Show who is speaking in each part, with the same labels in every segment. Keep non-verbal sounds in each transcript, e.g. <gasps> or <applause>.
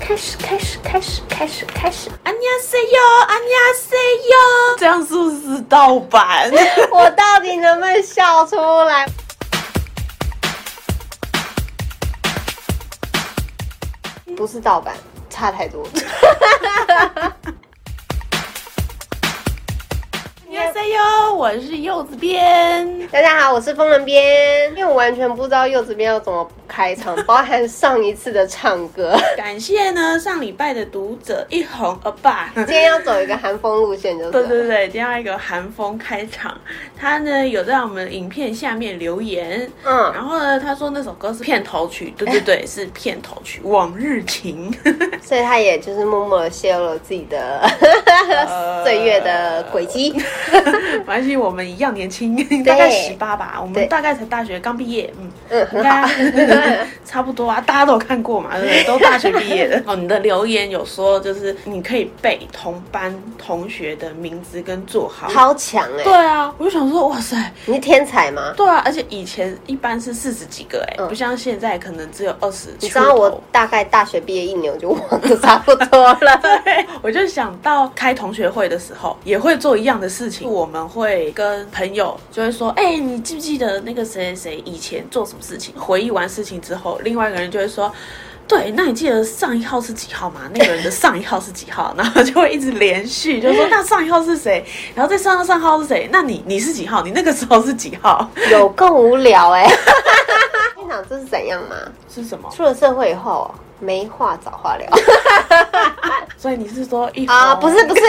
Speaker 1: 开始，开始，开始，开始，开始。
Speaker 2: 안녕하세요，안녕하세요。这样是不是盗版？
Speaker 1: <laughs> 我到底能不能笑出来？不是盗版，差太 <laughs> 多。
Speaker 2: 안녕하세요，我是柚子边。
Speaker 1: 大家好，我是疯人边，因为我完全不知道柚子边要怎么开场， <laughs> 包含上一次的唱歌。
Speaker 2: 感谢呢上礼拜的读者一红阿爸。
Speaker 1: 今天要走一个韩风路线，就是
Speaker 2: 对
Speaker 1: 了
Speaker 2: 对对，另外一个韩风开场，他呢有在我们影片下面留言，
Speaker 1: 嗯
Speaker 2: 然后呢他说那首歌是片头曲，对对对，是片头曲《往日情》
Speaker 1: 所以他也就是默默的泄露了自己的 <laughs> 岁月的轨迹。
Speaker 2: <laughs> 没关系，我们一样年轻，大概十八吧，我
Speaker 1: 对
Speaker 2: 们大概才大学刚毕业，嗯，
Speaker 1: 嗯，
Speaker 2: 应
Speaker 1: 很好。
Speaker 2: 该 <laughs> 差不多啊，大家都有看过嘛，对不对？都大学毕
Speaker 1: <laughs>
Speaker 2: 业的。哦，你的留言有说就是你可以背同班同学的名字跟座号。
Speaker 1: 超强哎、
Speaker 2: 对啊，我就想说，哇塞，
Speaker 1: 你是天才吗？
Speaker 2: 对啊，而且以前一般是四十几个哎、
Speaker 1: 嗯
Speaker 2: 不像现在可能只有二十。
Speaker 1: 你知道我大概大学毕业一年我就忘的差不多了。
Speaker 2: 对，我就想到开同学会的时候也会做一样的事情，我们会跟朋友就会说，哎、你记不记得那个谁谁谁以前做什么事情？回忆完事情之后，另外一个人就会说。对，那你记得上一号是几号吗？那个人的上一号是几号？然后就会一直连续，就说那上一号是谁，然后再上上号是谁？那你你是几号？你那个时候是几号？
Speaker 1: <laughs> 有够无聊哎、 <laughs> 现场这是怎样吗？
Speaker 2: 是什么？
Speaker 1: 出了社会以后哦没话找话聊
Speaker 2: 所以你是说一
Speaker 1: 啊？
Speaker 2: 红
Speaker 1: 不是不 <laughs> 是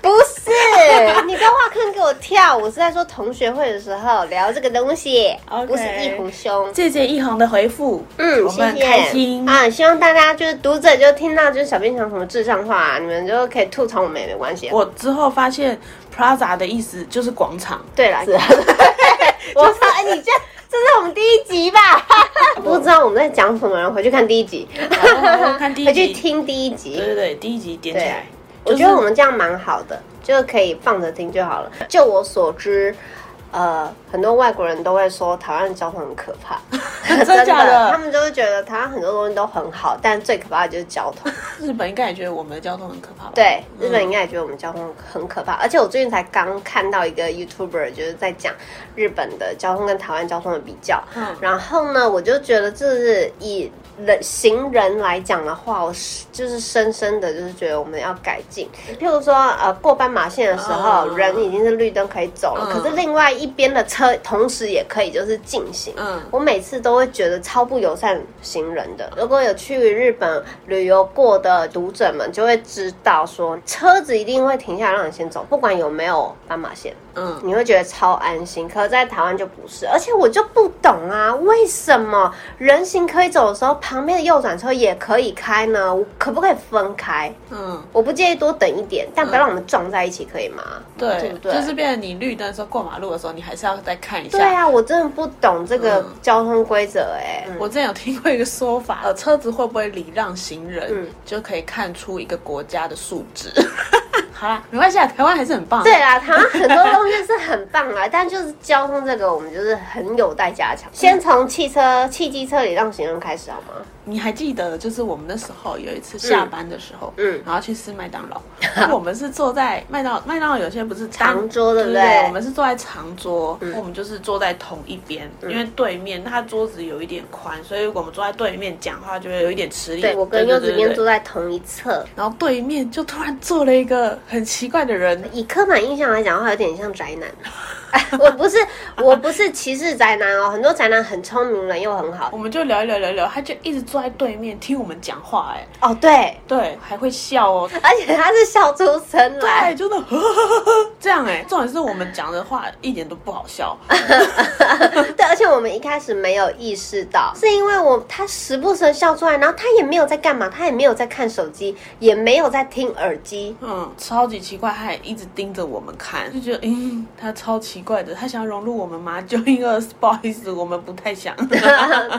Speaker 1: 不是，你不要挖坑给我跳，我是在说同学会的时候聊这个东西
Speaker 2: OK
Speaker 1: 不是一壶胸。
Speaker 2: 谢谢一红的回复，
Speaker 1: 嗯，
Speaker 2: 我
Speaker 1: 谢
Speaker 2: 们
Speaker 1: 谢
Speaker 2: 开心。
Speaker 1: 啊！希望大家就是读者就听到就是小编讲什么智障话、啊你们就可以吐槽我们也没关系。
Speaker 2: 我之后发现 Plaza 的意思就是广场，
Speaker 1: 对啦，是啊， <laughs> 我说哎，你这这是我们第一集
Speaker 2: <laughs>
Speaker 1: 吧？不知道我们在讲什么，然后回去看第一集，
Speaker 2: 后看第
Speaker 1: <laughs>
Speaker 2: 一集
Speaker 1: 回去听第一集
Speaker 2: 对。对对，第一集点起来。
Speaker 1: 我
Speaker 2: 就是
Speaker 1: 觉得我们这样蛮好的，就可以放着听就好了。就我所知，呃，很多外国人都会说台湾的交通很可怕，
Speaker 2: <laughs>
Speaker 1: <laughs>
Speaker 2: 真的假的
Speaker 1: 他们就会觉得台湾很多东西都很好，但最可怕的就是交通。
Speaker 2: 日本应该也觉得我们的交通很可怕吧？，
Speaker 1: 对，
Speaker 2: 嗯
Speaker 1: 日本应该也觉得我们交通很可怕，而且我最近才刚看到一个 YouTuber 就是在讲日本的交通跟台湾交通的比较，
Speaker 2: 嗯
Speaker 1: 然后呢，我就觉得这是以人行人来讲的话，我是就是深深的就是觉得我们要改进，譬如说呃过斑马线的时候，
Speaker 2: 嗯
Speaker 1: 人已经是绿灯可以走了，
Speaker 2: 嗯
Speaker 1: 可是另外一边的车同时也可以就是进行，
Speaker 2: 嗯，
Speaker 1: 我每次都会觉得超不友善行人的。如果有去日本旅游过的读者们，就会知道说，车子一定会停下来让你先走，不管有没有斑马线，
Speaker 2: 嗯，
Speaker 1: 你会觉得超安心。可是在台湾就不是，而且我就不懂啊，为什么人行可以走的时候，旁边的右转车也可以开呢？我可不可以分开？
Speaker 2: 嗯，
Speaker 1: 我不介意多等一点，但不要让我们撞在一起，可以吗？
Speaker 2: 对，
Speaker 1: 对不对？
Speaker 2: 就是变成你绿灯的时候过马路的时候，你还是要再看一下。
Speaker 1: 对啊，我真的不懂这
Speaker 2: 嗯
Speaker 1: 个交通规则哎、
Speaker 2: 我之前有听过一个说法，呃，车子会不会礼让行人，
Speaker 1: 嗯
Speaker 2: 就可以看出一个国家的素质。 <laughs> 好啦，没关系啊，台湾还是很棒。
Speaker 1: 对，啦，台湾很多东西是很棒啦， <laughs> 但就是交通这个，我们就是很有待加
Speaker 2: 嗯
Speaker 1: 强。先从汽车、汽机车礼让行人开始好吗？
Speaker 2: 你还记得，就是我们那时候有一次下班的时候，
Speaker 1: 嗯嗯
Speaker 2: 然后去吃麦当劳，我们是坐在麦当 <laughs> 麦当劳有些不是单
Speaker 1: 长桌对不
Speaker 2: 对
Speaker 1: 对嗯
Speaker 2: 我们是坐在长桌，我们就是坐在同一边，因为对面它桌子有一点宽，所以我们坐在对面讲话就会有一点吃力。
Speaker 1: 对，我跟柚子边
Speaker 2: 对
Speaker 1: 坐。在同一侧。
Speaker 2: 然后对面就突然坐了一个很奇怪的人，
Speaker 1: 以刻板印象来讲的话，有点像宅
Speaker 2: <laughs>
Speaker 1: 男。哎我不是，我不是歧视宅男哦，很多宅男很聪明，人又很好
Speaker 2: 我。们就聊一聊聊一聊，他就一直坐在对面听我们讲话、哎，
Speaker 1: 哦，对，
Speaker 2: 对，还会笑哦，
Speaker 1: 而且他是笑出声来
Speaker 2: 对，。真的 <laughs> 呵呵呵呵这样哎、重点是我们讲的话一点都不好
Speaker 1: <laughs>
Speaker 2: 笑，
Speaker 1: 对，而且我们一开始没有意识到，是因为我他时不时地笑出来，然后他也没有在干嘛，他也没有在看手机，也没有在听耳机。
Speaker 2: 嗯，超级奇怪，他还一直盯着我们看，就觉得嗯，他超奇怪的，他想要融入我们吗？就因为 <laughs> 不好意思，我们不
Speaker 1: <laughs>
Speaker 2: 太想。 <laughs>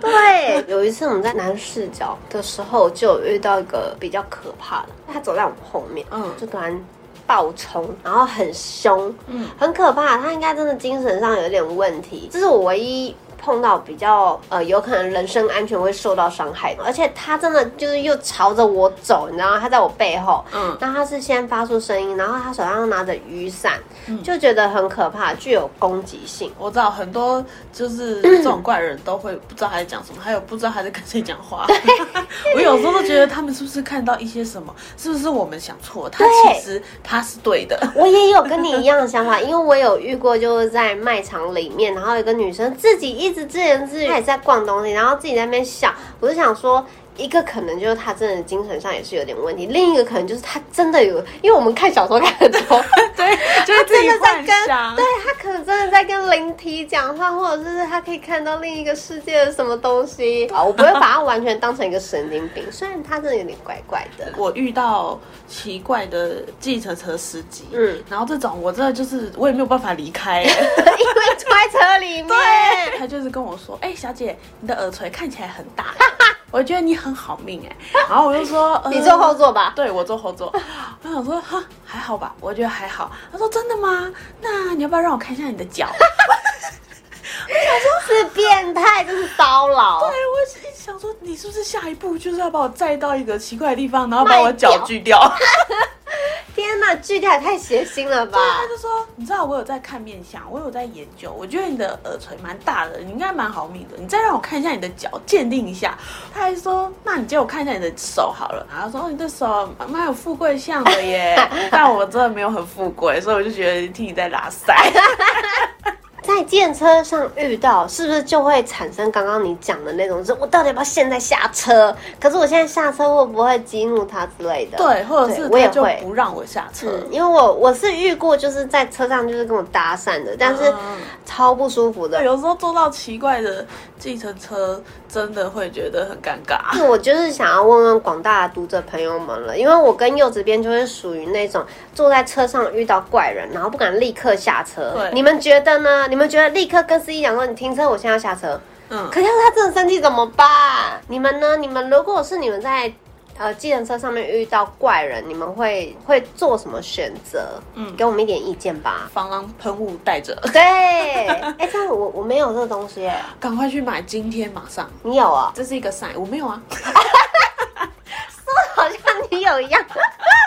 Speaker 1: 对，有一次我们在南视角的时候，就有遇到一个比较可怕的，他走在我们后面，嗯
Speaker 2: 嗯，
Speaker 1: 就突然暴冲，然后很凶，嗯，很可怕。他应该真的精神上有点问题，这是我唯一。碰到比较呃有可能人身安全会受到伤害的，而且他真的就是又朝着我走，你知道吗？他在我背后，
Speaker 2: 嗯，
Speaker 1: 那他是先发出声音，然后他手上拿着雨伞，
Speaker 2: 嗯
Speaker 1: 就觉得很可怕，具有攻击性。
Speaker 2: 我知道很多
Speaker 1: <laughs>
Speaker 2: 就是这种怪人都会不知道他在讲什么，还有不知道他在跟谁讲话。 <laughs> 我有时候都觉得他们是不是看到一些什么，是不是我们想错？他
Speaker 1: 对
Speaker 2: 其实他是对的。
Speaker 1: 我也有跟你一样的想法，因为我有遇过，就是在卖场里面，然后有一个女生自己一直自言自语，她也在逛东西，然后自己在那边笑。我就想说，一个可能就是她真的精神上也是有点问题，另一个可能就是她真的有，因为我们看小说看得多， <laughs>
Speaker 2: 对， <laughs> 就会
Speaker 1: 他
Speaker 2: 自
Speaker 1: 真
Speaker 2: 己
Speaker 1: 的在
Speaker 2: 幻
Speaker 1: 跟，
Speaker 2: 想。
Speaker 1: 对他可能真的在跟灵体讲话，或者是他可以看到另一个世界的什么东西啊！我不会把他完全当成一个神经病，虽然他真的有点怪怪的。
Speaker 2: 我遇到奇怪的计程车司机，
Speaker 1: 嗯
Speaker 2: 嗯，然后这种我真的就是我也没有办法离 <laughs> 开、
Speaker 1: 因为坐在车里面，
Speaker 2: 他就是跟我说：“哎、小姐，你的耳垂看起来很大， <laughs> 我觉得你很好命哎、然后我就说：“呃
Speaker 1: 你坐后座吧。
Speaker 2: 对我坐后 <laughs> 座。我想说，哈，还好吧，我觉得还好。他说真的吗？那你要不要让我看一下你的脚？
Speaker 1: <laughs> 是变态，这是骚扰
Speaker 2: <laughs> 哎，。我心里想 <laughs> 说，你是不是下一步就是要把我载到一个奇怪的地方，然后把我
Speaker 1: 卖
Speaker 2: 脚
Speaker 1: 掉
Speaker 2: 锯掉？
Speaker 1: 天哪，锯掉也太血腥了吧！
Speaker 2: 啊他就说，你知道我有在看面相，我有在研究，我觉得你的耳垂蛮大的，你应该蛮好命的。你再让我看一下你的脚，鉴定一下。他还说，那你借我看一下你的手好了。然后说，哦，你的手蛮有富贵相的 <laughs> 耶，但我真的没有很富贵，所以我就觉得替你在拉塞。
Speaker 1: 在电车上遇到，是不是就会产生刚刚你讲的那种，就是我到底要不要现在下车？可是我现在下车会不会激怒他之类的？
Speaker 2: <laughs> 对，或者是
Speaker 1: 我也
Speaker 2: 他就
Speaker 1: 会。
Speaker 2: 不让我下车。
Speaker 1: 嗯，因为我我是遇过，就是在车上就是跟我搭讪的，但是
Speaker 2: 嗯
Speaker 1: 超不舒服的。
Speaker 2: 有时候坐到奇怪的计程车，真的会觉得很尴尬。
Speaker 1: 那我就是想要问问广大的读者朋友们了，因为我跟柚子边就是属于那种坐在车上遇到怪人，然后不敢立刻下车。
Speaker 2: 对
Speaker 1: 你们觉得呢？你们觉得立刻跟司机讲说你停车，我现在要下车。
Speaker 2: 嗯，
Speaker 1: 可是他真的生气怎么办？你们呢？你们如果是你们在呃计程车上面遇到怪人，你们会会做什么选择？嗯，给我们一点意见吧。
Speaker 2: 防狼喷雾带着，
Speaker 1: 对，
Speaker 2: <laughs>
Speaker 1: 哎、这样我我没有这个东西哎，
Speaker 2: 赶快去买，今天马上。
Speaker 1: 你有啊、
Speaker 2: 这是一个 sign，我没有啊。
Speaker 1: 好像你有一样。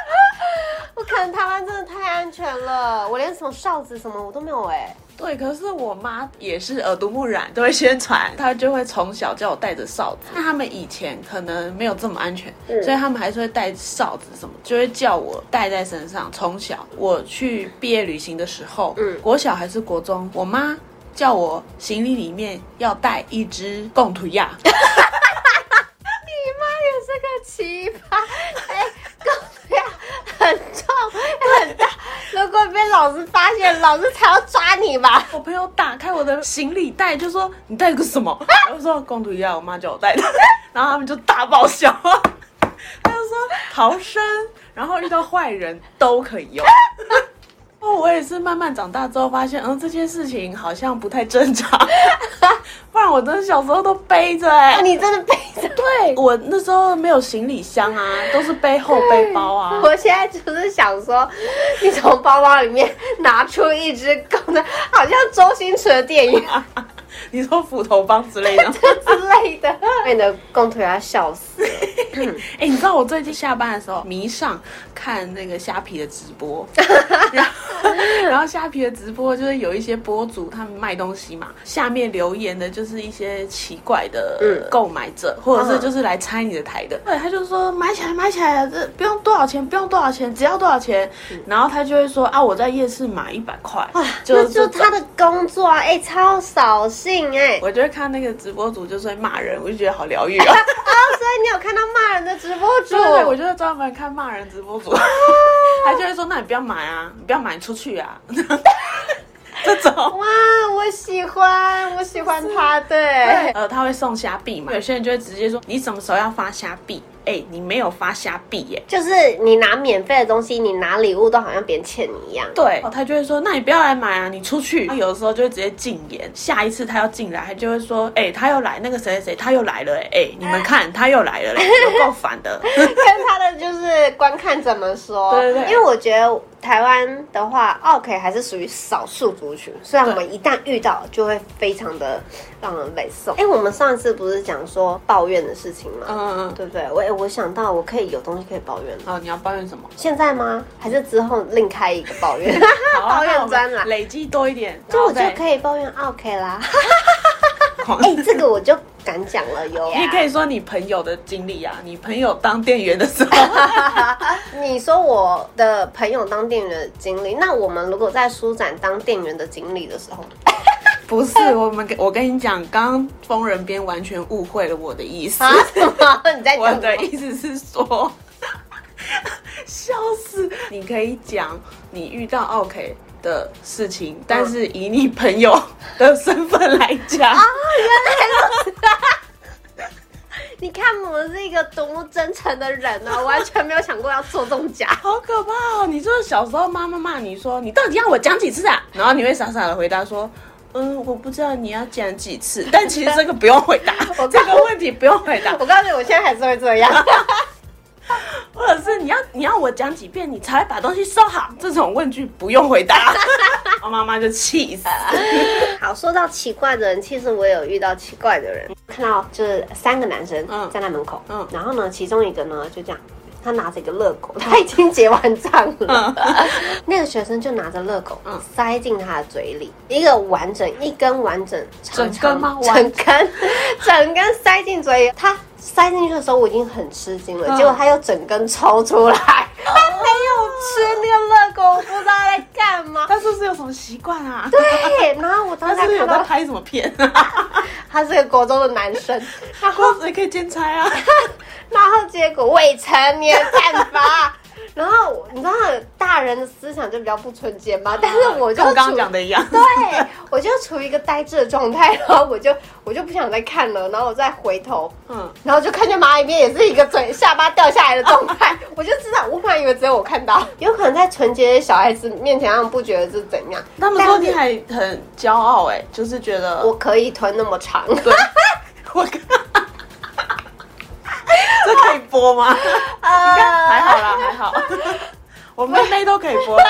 Speaker 1: <laughs> 我可能台湾真的太安全了，我连什么哨子什么我都没有哎、
Speaker 2: 对，可是我妈也是耳濡目染，都会宣传，她就会从小叫我带着哨子。那他们以前可能没有这么安全，
Speaker 1: 嗯
Speaker 2: 所以他们还是会带哨子什么，就会叫我带在身上。从小我去毕业旅行的时候，
Speaker 1: 嗯
Speaker 2: 国小还是国中，我妈叫我行李里面要带一只贡图亚，
Speaker 1: 你妈也是个奇葩， <laughs> 哎、公主呀，很重很大，如果被老师发现，老师才要抓你吧。 <laughs>
Speaker 2: 我朋友打开我的行李袋就说：“你带个什么？”
Speaker 1: 啊
Speaker 2: 我就说：“贡图亚，我妈叫我带的。” <laughs> 然后他们就大爆笑， <laughs> 他就说逃生，然后遇到坏人都可以用。哦，我也是慢慢长大之后发现，嗯，这件事情好像不太正常， <laughs> 不然我真的小时候都背着哎、
Speaker 1: 啊，你真的背着。
Speaker 2: 对我那时候没有行李箱啊，都是背后背包啊。
Speaker 1: <laughs> 我现在就是想说，你从包包里面拿出一只公的，好像周星驰的电影
Speaker 2: <laughs> 你说斧头帮之类的吗。
Speaker 1: 之类的，被你的公腿要笑死。
Speaker 2: 哎、你知道我最近下班的时候迷上看那个虾皮的直
Speaker 1: <laughs>
Speaker 2: 播，然后然后虾皮的直播就是有一些博主他们卖东西嘛，下面留言的就是一些奇怪的
Speaker 1: 嗯
Speaker 2: 购买者，或者是
Speaker 1: 嗯
Speaker 2: 就是来拆你的台的。对，他就说买起来买起来，这不用多少钱，不用多少钱，只要多少钱。
Speaker 1: 嗯
Speaker 2: 然后他就会说啊，我在夜市买一百块，
Speaker 1: 那
Speaker 2: 是
Speaker 1: 就
Speaker 2: 这种
Speaker 1: 他的工作啊，哎、超扫兴哎、
Speaker 2: 我就会看那个直播主就是会骂人，我就觉得好疗愈
Speaker 1: <laughs>
Speaker 2: 啊。
Speaker 1: 啊，所以你有看到骂人的直播主？
Speaker 2: 对，我就是专门看骂人直
Speaker 1: <laughs>
Speaker 2: 播主，他就会说：“那你不要买啊，你不要买，你出去啊。” <laughs> 这种。
Speaker 1: 哇，我喜欢，我喜欢他， <laughs> 对。
Speaker 2: 呃，他会送虾币嘛？有些人就会直接说：“你什么时候要发虾币？”哎、你没有发虾币耶。
Speaker 1: 就是你拿免费的东西，你拿礼物都好像别人欠你一样。
Speaker 2: 对，哦他就会说：“那你不要来买啊，你出去。”他有的时候就会直接禁言。下一次他要进来，他就会说：“哎、他又来，那个谁谁谁，他又来了、哎、你们看，他又来了、
Speaker 1: <laughs>
Speaker 2: 嘞，有够烦的。
Speaker 1: 跟他的就是观看怎么说？
Speaker 2: 对对对
Speaker 1: 因为我觉得台湾的话，OK 还是属于少数族群，虽然我们一旦遇到，就会非常的让人悲痛。哎、我们上一次不是讲说抱怨的事情吗？
Speaker 2: 嗯嗯。
Speaker 1: 对不对？我、哎我想到我可以有东西可以哦抱怨了，
Speaker 2: 好，你要抱怨什么？
Speaker 1: 现在 <laughs> 吗？还是之后另开一个抱怨？
Speaker 2: 好，啊
Speaker 1: 抱怨
Speaker 2: 那我们
Speaker 1: 专栏
Speaker 2: 累积多一点，
Speaker 1: 这我就
Speaker 2: 然后
Speaker 1: 可以抱怨啊 OK <laughs> 啦。
Speaker 2: 再狂
Speaker 1: 哎、这个我就敢讲了哟。
Speaker 2: 你也可以说你朋友的经历啊，你朋友当店员的时候，
Speaker 1: <laughs> 你说我的朋友当店员的经历，那我们如果在书展当店员的经历的时候，
Speaker 2: <laughs> 不是我们跟，我跟你讲，刚刚疯人边完全误会了我的意思，
Speaker 1: 啊什么？ <laughs> 你在
Speaker 2: <laughs> 我
Speaker 1: 讲
Speaker 2: 的
Speaker 1: 什么？
Speaker 2: 意思是说， <laughs> 笑死，你可以讲你遇到 OK 的事情，但是以你朋友的身份来 <laughs> 讲，
Speaker 1: 啊 <laughs> 你看我是一个多么真诚的人呢、我完全没有想过要做这种假。，
Speaker 2: 好可怕哦！你就是小时候妈妈骂你说你到底要我讲几次啊？然后你会傻傻的回答说。嗯，我不知道你要讲几次，但其实这个不用回答 <laughs>
Speaker 1: 我
Speaker 2: 这个问题不用回答，
Speaker 1: 我告诉你，我现在还是会这样。
Speaker 2: 或者是你要你要我讲几遍你才会把东西收好，这种问句不用回答， <laughs> 我妈妈就气死。
Speaker 1: <laughs> 好，说到奇怪的人，其实我也有遇到奇怪的人，看到就是三个男生
Speaker 2: 嗯
Speaker 1: 站在门口，嗯
Speaker 2: 嗯，
Speaker 1: 然后呢，其中一个呢就这样。他拿着一个热狗， <laughs> 他已经结完账了。 <laughs> 那个学生就拿着热狗、
Speaker 2: 嗯
Speaker 1: 塞进他的嘴里，一个完整一根完整长
Speaker 2: 整根吗
Speaker 1: 长 <laughs> 整根，整根塞进嘴里。他塞进去的时候，我已经很吃惊了，
Speaker 2: 嗯
Speaker 1: 结果他又整根抽出来。 <laughs> 他没有吃那个热狗，我不知道他在干嘛。 <laughs>
Speaker 2: 他是不是有什么习惯啊？
Speaker 1: 对，然后我当
Speaker 2: 他
Speaker 1: 时
Speaker 2: 是不是有
Speaker 1: 看
Speaker 2: 在
Speaker 1: 到
Speaker 2: 拍什么片？
Speaker 1: <laughs> 他是个国中的男生，然后
Speaker 2: 或者可以兼差啊？
Speaker 1: 然后结果未成年犯 <laughs> 法，然后我你知道大人的思想就比较不纯洁嘛，但是啊我就
Speaker 2: 跟我刚
Speaker 1: 处
Speaker 2: 刚讲的一样。
Speaker 1: 对，我就处于一个呆滞的状态，然后我就我就不想再看了，然后我再回头，
Speaker 2: 嗯，
Speaker 1: 然后就看见蚂蚁面也是一个嘴下巴掉下来的状 <laughs> 态，我就知道，我本来以为只有我看到，有可能在纯洁的小孩子面前，他们不觉得是怎样，
Speaker 2: 他们说
Speaker 1: 但是
Speaker 2: 你还很骄傲哎、就是觉得
Speaker 1: 我可以吞那么长。
Speaker 2: 对， <laughs> 我这可以播 <laughs> 吗？啊
Speaker 1: 呃
Speaker 2: 还好啦，还 <laughs> 好，我妹妹都可以播啦。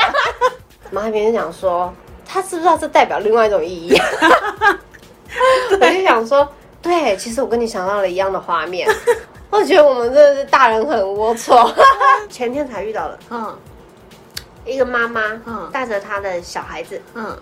Speaker 1: 马别人讲说，他知不知道这代表另外一种意义？ <laughs> 我就想说，对，其实我跟你想到了一样的画面。我觉得我们真的是大人很龌龊。 <laughs> 前天才遇到了
Speaker 2: <laughs> 嗯
Speaker 1: 一个妈妈，
Speaker 2: 嗯
Speaker 1: 带着她的小孩子，
Speaker 2: 嗯，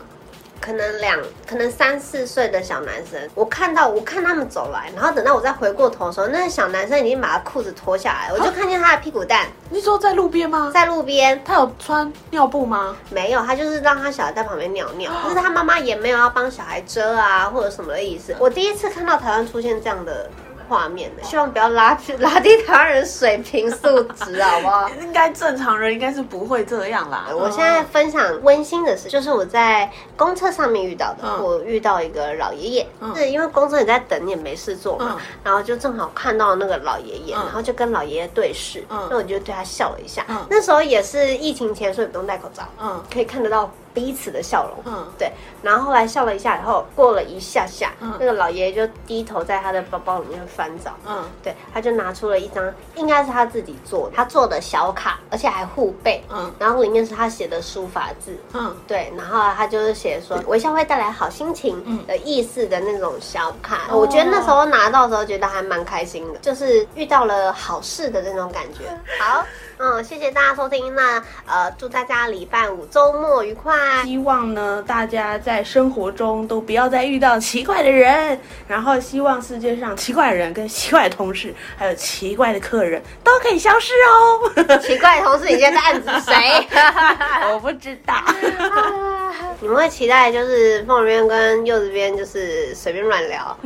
Speaker 1: 可能两，可能三四岁的小男生。我看到，我看他们走来，然后等到我再回过头的时候，那个小男生已经把他裤子脱下来，我就看见他的屁股蛋
Speaker 2: 你说在路边吗？
Speaker 1: 在路边。
Speaker 2: 她有穿尿布吗？
Speaker 1: 没有，他就是让他小孩在旁边尿尿，
Speaker 2: <gasps>
Speaker 1: 但是他妈妈也没有要帮小孩遮啊或者什么的意思。我第一次看到台湾出现这样的画面呢，希望不要拉拉低台湾人水平素质，好不
Speaker 2: <laughs>
Speaker 1: 好？
Speaker 2: 应该正常人应该是不会这样啦。
Speaker 1: 呃我现在分享温馨的事，就是我在公车上面遇到的。
Speaker 2: 嗯
Speaker 1: 我遇到一个老爷爷，
Speaker 2: 嗯
Speaker 1: 是因为公车你在等，你也没事做嘛，
Speaker 2: 嗯
Speaker 1: 然后就正好看到那个老爷爷，
Speaker 2: 嗯
Speaker 1: 然后就跟老爷爷对视，
Speaker 2: 嗯
Speaker 1: 那我就对他笑了一下。
Speaker 2: 嗯
Speaker 1: 那时候也是疫情前，所以不用戴口罩，
Speaker 2: 嗯
Speaker 1: 可以看得到彼此的笑容。
Speaker 2: 嗯
Speaker 1: 对。然后后来笑了一下，然后过了一下下，
Speaker 2: 嗯
Speaker 1: 那个老爷爷就低头在他的包包里面翻找。
Speaker 2: 嗯
Speaker 1: 对，他就拿出了一张，应该是他自己做的，他做的小卡，而且还护背，
Speaker 2: 嗯
Speaker 1: 然后里面是他写的书法字，
Speaker 2: 嗯
Speaker 1: 对，然后他就是写说微笑会带来好心情
Speaker 2: 嗯
Speaker 1: 的意思的那种小卡，
Speaker 2: 哦
Speaker 1: 我觉得那时候拿到的时候觉得还蛮开心的，就是遇到了好事的那种感
Speaker 2: <laughs>
Speaker 1: 觉。好，嗯，谢谢大家收听，那呃，祝大家礼拜五周末愉快，
Speaker 2: 希望呢，大家在生活中都不要再遇到奇怪的人，然后希望世界上奇怪的人、跟奇怪的同事，还有奇怪的客人都可以消失哦。
Speaker 1: 奇怪的同事，你现在在暗指 <laughs> 谁？
Speaker 2: <laughs> 我不知道，
Speaker 1: 你们会期待就是凤人边跟柚子边就是随便乱 <laughs> 聊，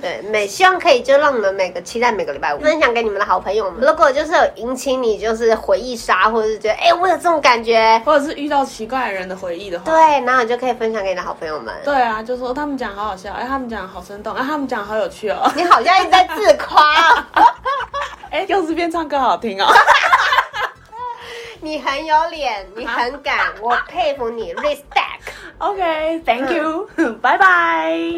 Speaker 1: 对，每希望可以就让你们每个期待每个礼拜五分享给你们的好朋友们。如果就是有引起你就是回忆杀，或者是觉得哎、我有这种感觉，
Speaker 2: 或者是遇到奇怪的人的回忆的话，
Speaker 1: 对，然后你就可以分享给你的好朋友们。
Speaker 2: 对啊，就说他们讲好好笑，哎，他们讲好生动，哎，他们讲好有趣哦，
Speaker 1: 你好像一直在自夸， <laughs>
Speaker 2: 哎，柚子边唱歌好 <laughs> 听哦。
Speaker 1: 你很有脸，你很敢，我佩服你，respect。
Speaker 2: <laughs> 嗯 OK，Thank、you，拜拜。